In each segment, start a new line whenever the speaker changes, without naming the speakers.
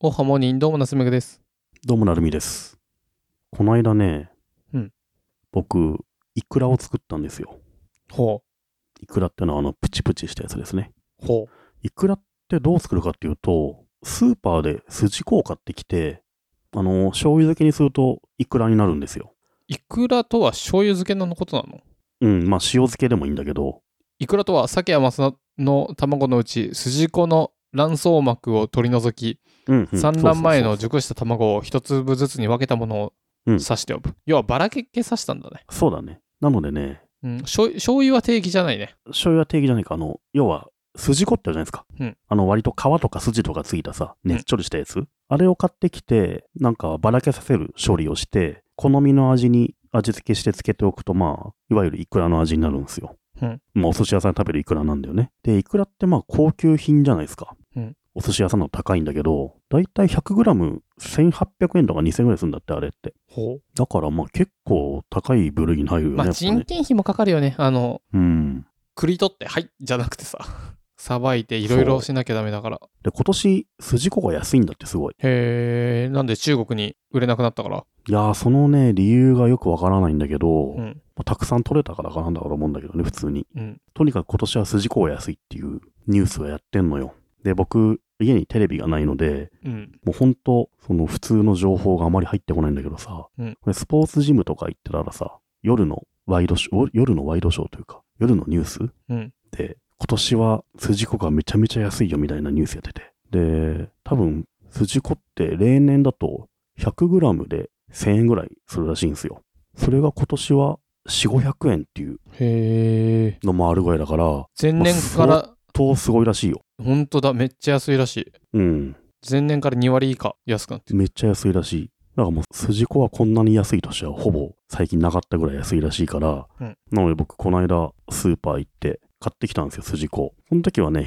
おはモーニンどうもなすめぐです。
どうもなるみです。この間ね、
うん
僕、イクラを作ったんですよ。
ほ
イクラってのはあの、プチプチしたやつですね。
う。ほ
イクラってどう作るかっていうと、スーパーで筋子を買ってきて、あの、醤油漬けにするとイクラになるんですよ。
う。イクラとは醤油漬けのことなの
うん、まあ塩漬けでもいいんだけど、
イクラとは鮭やマスの卵のうち筋子の卵巣膜を取り除き、
うん、うん
産卵前の
そうそう
熟した卵を一粒ずつに分けたものを
うん
刺しておく。要はばらけっけ刺したんだね。
そうそうだね。なのでね、
うん。醤醤油は定義じゃないね。
醤油は定義じゃないか、あの、要は、筋子ってあるじゃないですか。
うん
あの、割と皮とか筋とかついたさ、ねっちょりしたやつ。あれを買ってきて、なんかばらけさせる処理をして、好みの味に味付けしてつけておくと、まあ、いわゆるイクラの味になるんですよ。
うん
まあ、お寿司屋さんで食べるイクラなんだよね。で、イクラってまあ、高級品じゃないですか。
うん
お寿司屋さんの高いんだけど、だいたい 100g1800 円とか2000円ぐらいするんだって、あれって。
ほ
だからまあ、結構高い部類に入るよ
う。
ね。
まあ
やっぱ
人
ね
件費もかかるよね。あの、
うん。
くり取って、はい、じゃなくてさ。さばいていろいろしなきゃダメだから。
で、今年、筋子が安いんだってすごい。
へえ、なんで中国に売れなくなったから。
いやー、そのね、理由がよくわからないんだけど、
う
ま
ん。
あたくさん取れたからかなんだから思うんだけどね、普通に。
うん。
とにかく今年は筋子が安いっていうニュースをやってんのよ。で、僕、家にテレビがないので、
うん。
もうほんと、その普通の情報があまり入ってこないんだけどさ、
うん
これスポーツジムとか行ってたらさ、夜のワイドショー、夜のワイドショーというか、夜のニュース
うん。
で、今年は筋子がめちゃめちゃ安いよみたいなニュースやってて。で、多分、筋子って例年だと 100g で1000円ぐらいするらしいんですよ。それが今年は4、500円っていう
へえ。
のもあるぐらいだから、
前年から、
とすごいらしいよ。
本当だ、めっちゃ安いらしい。
うん。
前年から2割以下安くなってる。
めっちゃ安いらしい。だからもう筋子はこんなに安い年はほぼ最近なかったぐらい安いらしいから、
うん
なので僕この間スーパー行って買ってきたんですよ、筋子。その時はね、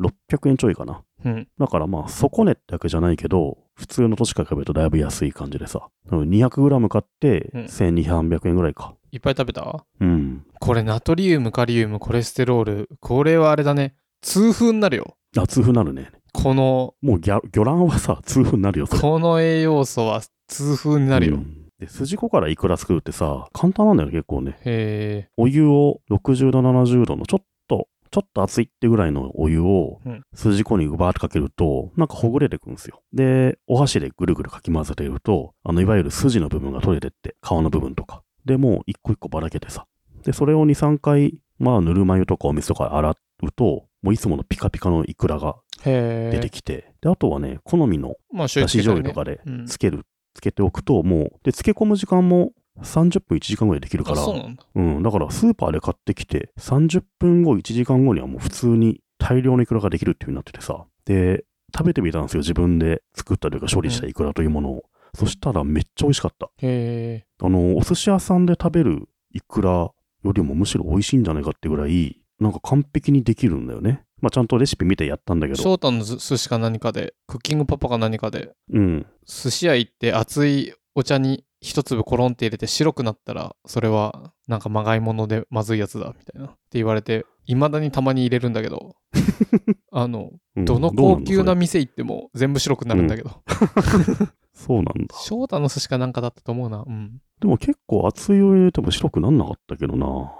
100g600 円ちょいかな。
うん。
だからまあ、底値ってわけじゃないけど、普通の年から比べるとだいぶ安い感じでさ。200g 買って、
うん
1200円ぐらいか。
いっぱい食べた
うん。
これ、ナトリウム、カリウム、コレステロール。これはあれだね。痛風になるよ。
あ、痛風になるね。
この、
もうギャ魚卵はさ、痛風になるよ、それ
この栄養素は痛風になるよ。
うんで、筋子からいくら作るってさ、簡単なんだよ、結構ね。
へえ。
お湯を60度、70度のちょっと、ちょっと熱いってぐらいのお湯を
うん
筋子にバーってかけると、なんかほぐれてくんですよ。で、お箸でぐるぐるかき混ぜてると、あの、いわゆる筋の部分が取れてって、皮の部分とか。で、もう一個一個ばらけてさ。で、それを2、3回、まあ、ぬるま湯とかお水とか洗うと、もういつものピカピカのイクラが
へ
出て
え。
きて、で、あとはね、好みの
まあ、醤
だ
油
し
つけ
醤
たり
油
ね
とかで
うん
つける、つけておくと、もう、で、漬け込む時間も30分、1時間ぐらいできるか
あ
ら、
そうなんだ。
うん、だからスーパーで買ってきて、30分後、1時間後にはもう普通に大量のイクラができるっていう風になっててさ。で、食べてみたんですよ。自分で作ったというか処理したイクラというものを。そしたらめっちゃ美味しかっ
へ
た。
え。
あの、お寿司屋さんで食べるイクラよりもむしろ美味しいんじゃないかってぐらい、なんか完璧にできるんだよね。まあちゃんとレシピ見てやったんだけど。
翔太の寿寿司か何かで、クッキングパパか何かで、
うん。
寿司屋行って熱いお茶に一粒コロンって入れて白くなったらそれはなんかまがいものでまずいやつだみたいなって言われていまだにたまに入れるんだけ どあの
うん
どの
うな
高
んだ
級な
それ
店行っても全部白くなるんだけど、
そうなんだ。
翔太の寿司かなんかだったと思うなうん
でも結構熱いお湯入れても白くなんなかったけどな。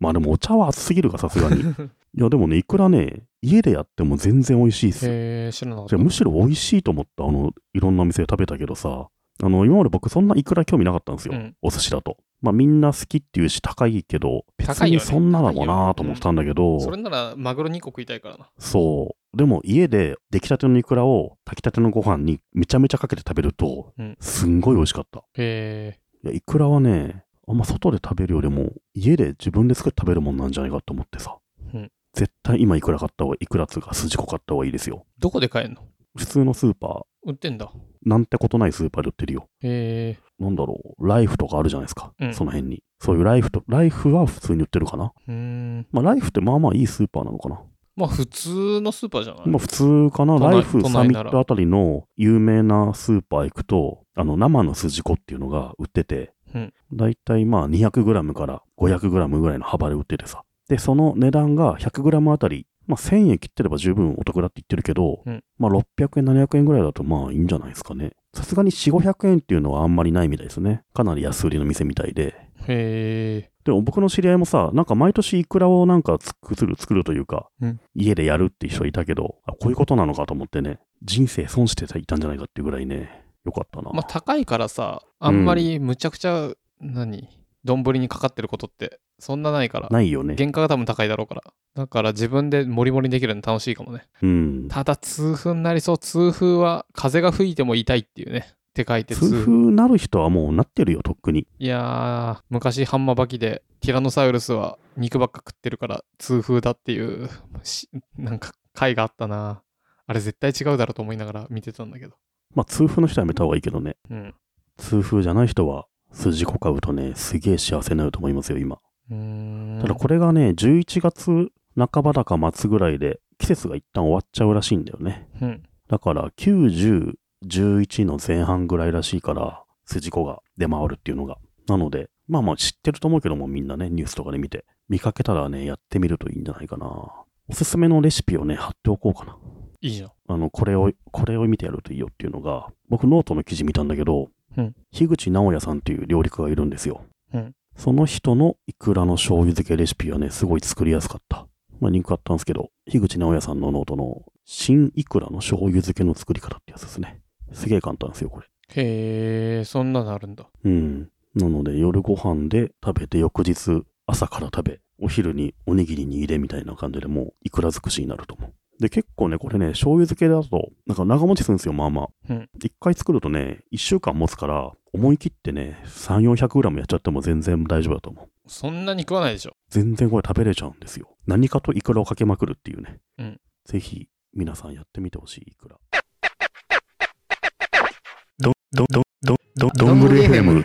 まあでもお茶は熱すぎるかさすがに。いや、でもね、いくらね、家でやっても全然美味しいっすよ。
へえ知らなかっ
じ
た
ゃあむしろ美味しいと思った、あの、いろんなお店で食べたけどさ、あの、今まで僕そんないくら興味なかったんですよ。
うん
お寿司だと。まあみんな好きっていうし高いけど、別
高いよ
に
ね
そんなだもなと思ってたんだけど、
それならマグロ2個食いたいからな
そう。でも家で出来たてのいくらを炊きたてのご飯にめちゃめちゃかけて食べると、
うん
すんごい美味しかった。
へえ
いや、いくらはね、あんま外で食べるよりも、家で自分で作って食べるもんなんじゃないかと思ってさ。
うん
絶対今いくら買った方がいい、いくらっつうか筋子買った方がいいですよ。
どこで買えんの
普通のスーパー、
売ってんだ
なんてことないスーパーで売ってるよ。
へえ
なんだろう、ライフとかあるじゃないですか。
うん
その辺に。そういうライフと、ライフは普通に売ってるかな。
うーん
まあライフってまあまあいいスーパーなのかな。
まあ普通のスーパーじゃない、
まあ普通かな。
都内
ライフ
都
サ
内
ミ
なら
ットあたりの有名なスーパー行くと、あの生の筋子っていうのが売ってて、
うん
だいたいまあ 200g から 500g ぐらいの幅で売っててさ。で、その値段が 100g あたりまあ、1000円切ってれば十分お得だって言ってるけど、
うん
まあ、600円、700円ぐらいだとまあいいんじゃないですかね。さすがに4、500円っていうのはあんまりないみたいですね。かなり安売りの店みたいで。
へえ。
でも僕の知り合いもさ、なんか毎年イクラをなんか作る、作るというか、
うん
家でやるって人いたけど、あこういうことなのかと思ってね、人生損していたんじゃないかっていうぐらいね、よかったな。
まあ高いからさ、あんまりむちゃくちゃ、何、丼にかかってることってそんなないから、
ないよね。
原価が多分高いだろうから。だから自分でモリモリできるの楽しいかもね。
うん。
ただ痛風になりそう。痛風は風が吹いても痛いっていうね。って書いて
痛風なる人はもうなってるよ、とっくに。
いやー、昔ハンマーバキでティラノサウルスは肉ばっか食ってるから痛風だっていう、しなんか回があったな。あれ絶対違うだろうと思いながら見てたんだけど。
まあ、痛風の人はやめた方がいいけどね。
うん。
痛風じゃない人は、筋子買うとね、すげえ幸せになると思いますよ、今。
うーん
ただこれがね、11月半ばだか末ぐらいで、季節が一旦終わっちゃうらしいんだよね。
うん。
だから、90、11の前半ぐらいらしいから、筋子が出回るっていうのが。なので、まあまあ知ってると思うけども、みんなね、ニュースとかで見て。見かけたらね、やってみるといいんじゃないかな。おすすめのレシピをね、貼っておこうかな。
いいじゃん。
あの、これを、これを見てやるといいよっていうのが、僕ノートの記事見たんだけど、
うん
樋口直哉さんっていう料理家がいるんですよ。
うん
その人のイクラの醤油漬けレシピはね、すごい作りやすかった。まあ、リンクあったんですけど、樋口直哉さんのノートの、新イクラの醤油漬けの作り方ってやつですね。すげえ簡単ですよ、これ。
へえ、そんなのあるんだ。
うん。なので、夜ご飯で食べて、翌日、朝から食べ、お昼におにぎりに入れみたいな感じでもう、いくら尽くしになると思う。で、結構ね、これね、醤油漬けだと、なんか長持ちするんですよ、まあまあ。
うん
一回作るとね、一週間持つから、思い切ってね、3、400g やっちゃっても全然大丈夫だと思う。
そんなに食わないでしょ。
全然これ食べれちゃうんですよ。何かとイクラをかけまくるっていうね。
うん
ぜひ、皆さんやってみてほしい、イクラ。
ど、ど、ど、ど、
どんぐり FM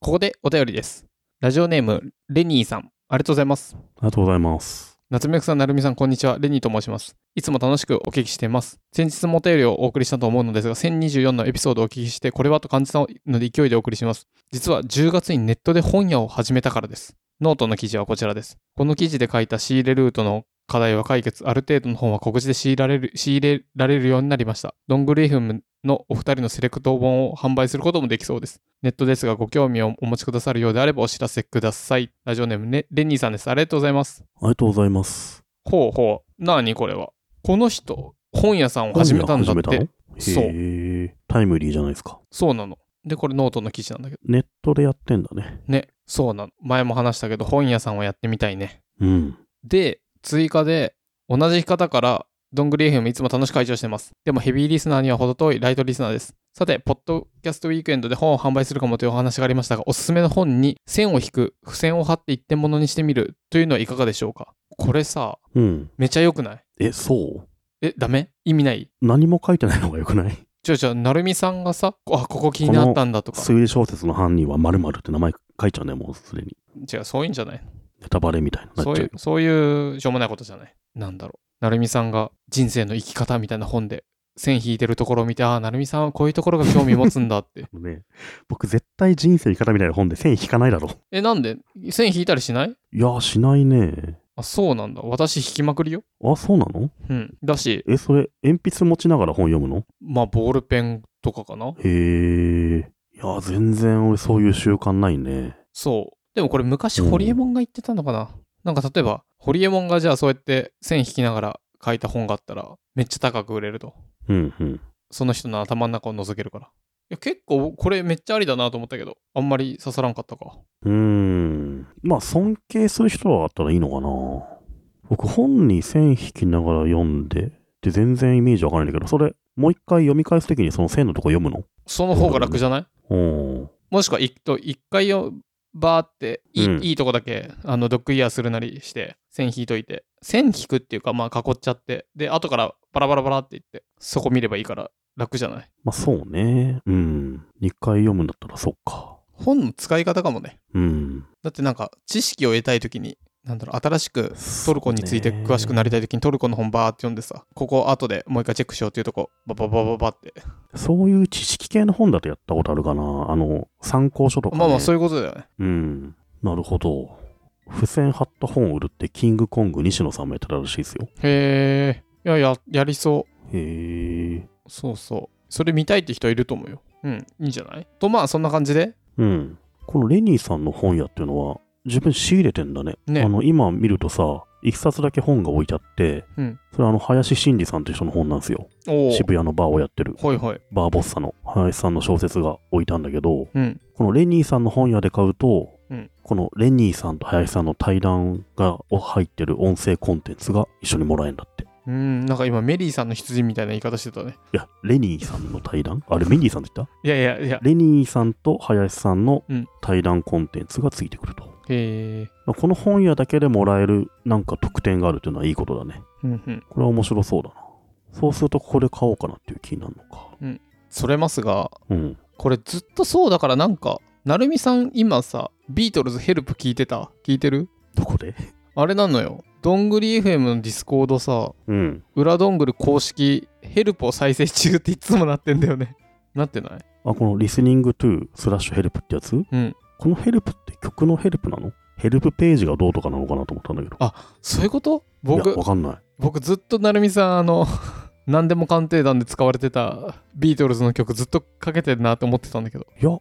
ここでお便りです。ラジオネーム、レニーさん。ありがとうございます。
ありがとうございます。
夏目くさん、なるみさん、こんにちは。レニーと申します。いつも楽しくお聞きしています。先日もお便りをお送りしたと思うのですが、1024のエピソードをお聞きして、これはと感じたので勢いでお送りします。実は10月にネットで本屋を始めたからです。ノートの記事はこちらです。この記事で書いた仕入れルートの課題は解決、ある程度の本は告示で仕入れられる仕入れられるようになりました。どんぐり FM のお二人のセレクト本を販売することもできそうです。ネットですが、ご興味をお持ちくださるようであればお知らせください。ラジオネーム、ね、レニーさんです。ありがとうございます。
ありがとうございます。
ほうほう。なにこれは。この人、本屋さんを始めたんだっ
始め
て。
たの
そう
へえ。タイムリーじゃないですか。
そうなの。で、これノートの記事なんだけど。
ネットでやってんだね。
ね、そうなの。前も話したけど、本屋さんをやってみたいね。
うん。
で、追加で、同じ方から、どんぐり FM いつも楽しく会長してます。でもヘビーリスナーには程遠いライトリスナーです。さて、ポッドキャストウィークエンドで本を販売するかもというお話がありましたが、おすすめの本に線を引く、付箋を貼って一点物にしてみるというのはいかがでしょうかこれさ、
うん。
めちゃ良くない
え、そう
え、ダメ意味ない
何も書いてないのがよくない
じゃあじゃあ、なるみさんがさ、あ、ここ気になったんだとか。
推理小説の犯人は〇〇って名前書いちゃうね、もうすでに。
違う、そういうんじゃない
ネタバレみたいになっちゃ
そう
う
い
よ
う、。そういうしょうもないことじゃない。なんだろう。なるみさんが人生の生き方みたいな本で線引いてるところを見て、ああ、なるみさんはこういうところが興味持つんだって。
ね、僕絶対人生生き方みたいな本で線引かないだろ。
え、なんで線引いたりしない
いやー、しないね。
あ、そうなんだ。私引きまくりよ。
あ、そうなの
うん。だし、
え、それ、鉛筆持ちながら本読むの
まあ、ボールペンとかかな。
へえ。いやー、全然俺そういう習慣ないね。
そう。でもこれ昔、
うん
ホリエモンが言ってたのかな。なんか例えば、ホリエモンがじゃあそうやって線引きながら書いた本があったら、めっちゃ高く売れると。
うんうん。
その人の頭の中を覗けるから。いや結構これめっちゃありだなと思ったけど、あんまり刺さらんかったか。
うーん。まあ、尊敬する人はあったらいいのかな。僕、本に線引きながら読んで、で、全然イメージわからないんだけど、それ、もう一回読み返すときにその線のとこ読むの
その方が楽じゃない、
おー
もしくは一と一回よバーっていい,、
うん
いいとこだけあのドッグイヤーするなりして線引いといて線引くっていうかまあ囲っちゃってで後からバラバラバラって言ってそこ見ればいいから楽じゃない
まあ、そうね。うん。二回読むんだったらそっか。
本の使い方かもね
うん。
だってなんか知識を得たい時になんだろう、新しくトルコについて詳しくなりたいときにトルコの本バーって読んでさ、ここ後でもう一回チェックしようっていうとこ、ババババババって。
そういう知識系の本だとやったことあるかな。あの、参考書とか、ね。
まあまあそういうことだよね。
うん。なるほど。付箋貼った本を売るって、キングコング西野さんもやってたらしいですよ。
へえ。いやや、やりそう。
へえ。
そうそう。それ見たいって人いると思うよ。うん、いいんじゃないと、まあ、そんな感じで。
うん。このレニーさんの本屋っていうのは、自分仕入れてんだね。
ね
あの、今見るとさ、一冊だけ本が置いてあって、
うん
それあの、林真理さんという人の本なんですよ。
おお。
渋谷のバーをやってる、
はいはい。
バーボッサの林さんの小説が置いたんだけど、
うん。
このレニーさんの本屋で買うと、
うん
このレニーさんと林さんの対談が入ってる音声コンテンツが一緒にもらえるんだって。
うん、なんか今、メリーさんの羊みたいな言い方してたね。
いや、レニーさんの対談あれ、メニーさんって言っ
いやいやいや
た。レニーさんと林さんの
うん
対談コンテンツがついてくると。
へえ。
まあこの本屋だけでもらえるなんか特典があるというのはいいことだね。
うんうん。
これは面白そうだな。そうするとここで買おうかなっていう気になるのか。
それますが、
うん。
これずっとそうだからなんか、なるみさん今さ、ビートルズヘルプ聞いてた聞いてる
どこで
あれなのよ。どんぐり FM のディスコードさ、
うん。
裏どんぐり公式ヘルプを再生中っていつもなってんだよね。なってない
あ、このリスニングトゥスラッシュヘルプってやつ
うん。
このヘルプって曲のヘルプなのヘルプページがどうとかなのかなと思ったんだけど。
そういうこと
いや、
僕
わ、かんない。
僕ずっとなるみさんあの 何でも鑑定団で使われてたビートルズの曲ずっとかけてるなって思ってたんだけど
いや、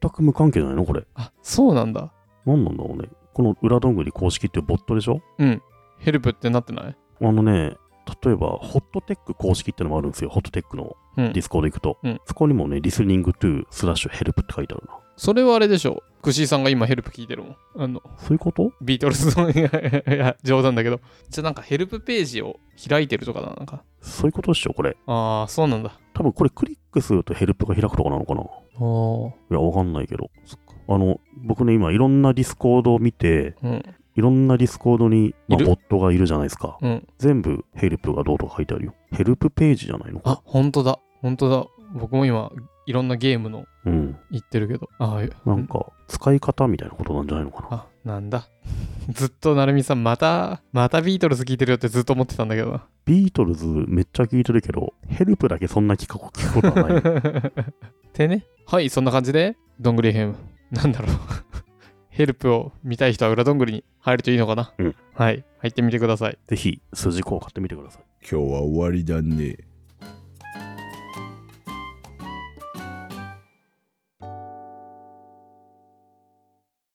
全く無関係じゃないのこれ。
あそうなんだ
何なんだろうね。この裏どんぐり公式っていうボットでしょ
うんヘルプってなってない
あのね、例えば、ホットテック公式ってのもあるんですよ。ホットテックの
うん
ディスコード行くと。
うん
そこにもね、リスニングトゥスラッシュヘルプって書いてあるな。
それはあれでしょクシーさんが今ヘルプ聞いてるもんあの
そういうこと
ビートルズの いやいやいや冗談だけどじゃあなんかヘルプページを開いてるとかだななんか
そういうことっしょ、これ。
ああそうなんだ
多分これクリックするとヘルプが開くとかなのかな
おー
いや、わかんないけど。
そっか
あの、僕ね、今、いろんなディスコードを見て、
うん
いろんなディスコードに、まあ、
いる
ボットがいるじゃないですか。
うん
全部ヘルプがどうとか書いてあるよ。ヘルプページじゃないのか。
あ本当だ本当だ僕も今いろんなゲームの
うん。
言ってるけどああ
なんか、使い方みたいなことなんじゃないのかな。
あなんだずっと成美さんまたまたビートルズ聞いてるよってずっと思ってたんだけどな
ビートルズめっちゃ聞いてるけど、ヘルプだけそんな聞く聞くことは ない。
てねはいそんな感じでどんぐりヘムなんだろう ヘルプを見たい人は裏どんぐりに入るといいのかな、
うん
はい入ってみてください
ぜひ、筋子を買ってみてください。
今日は終わりだね。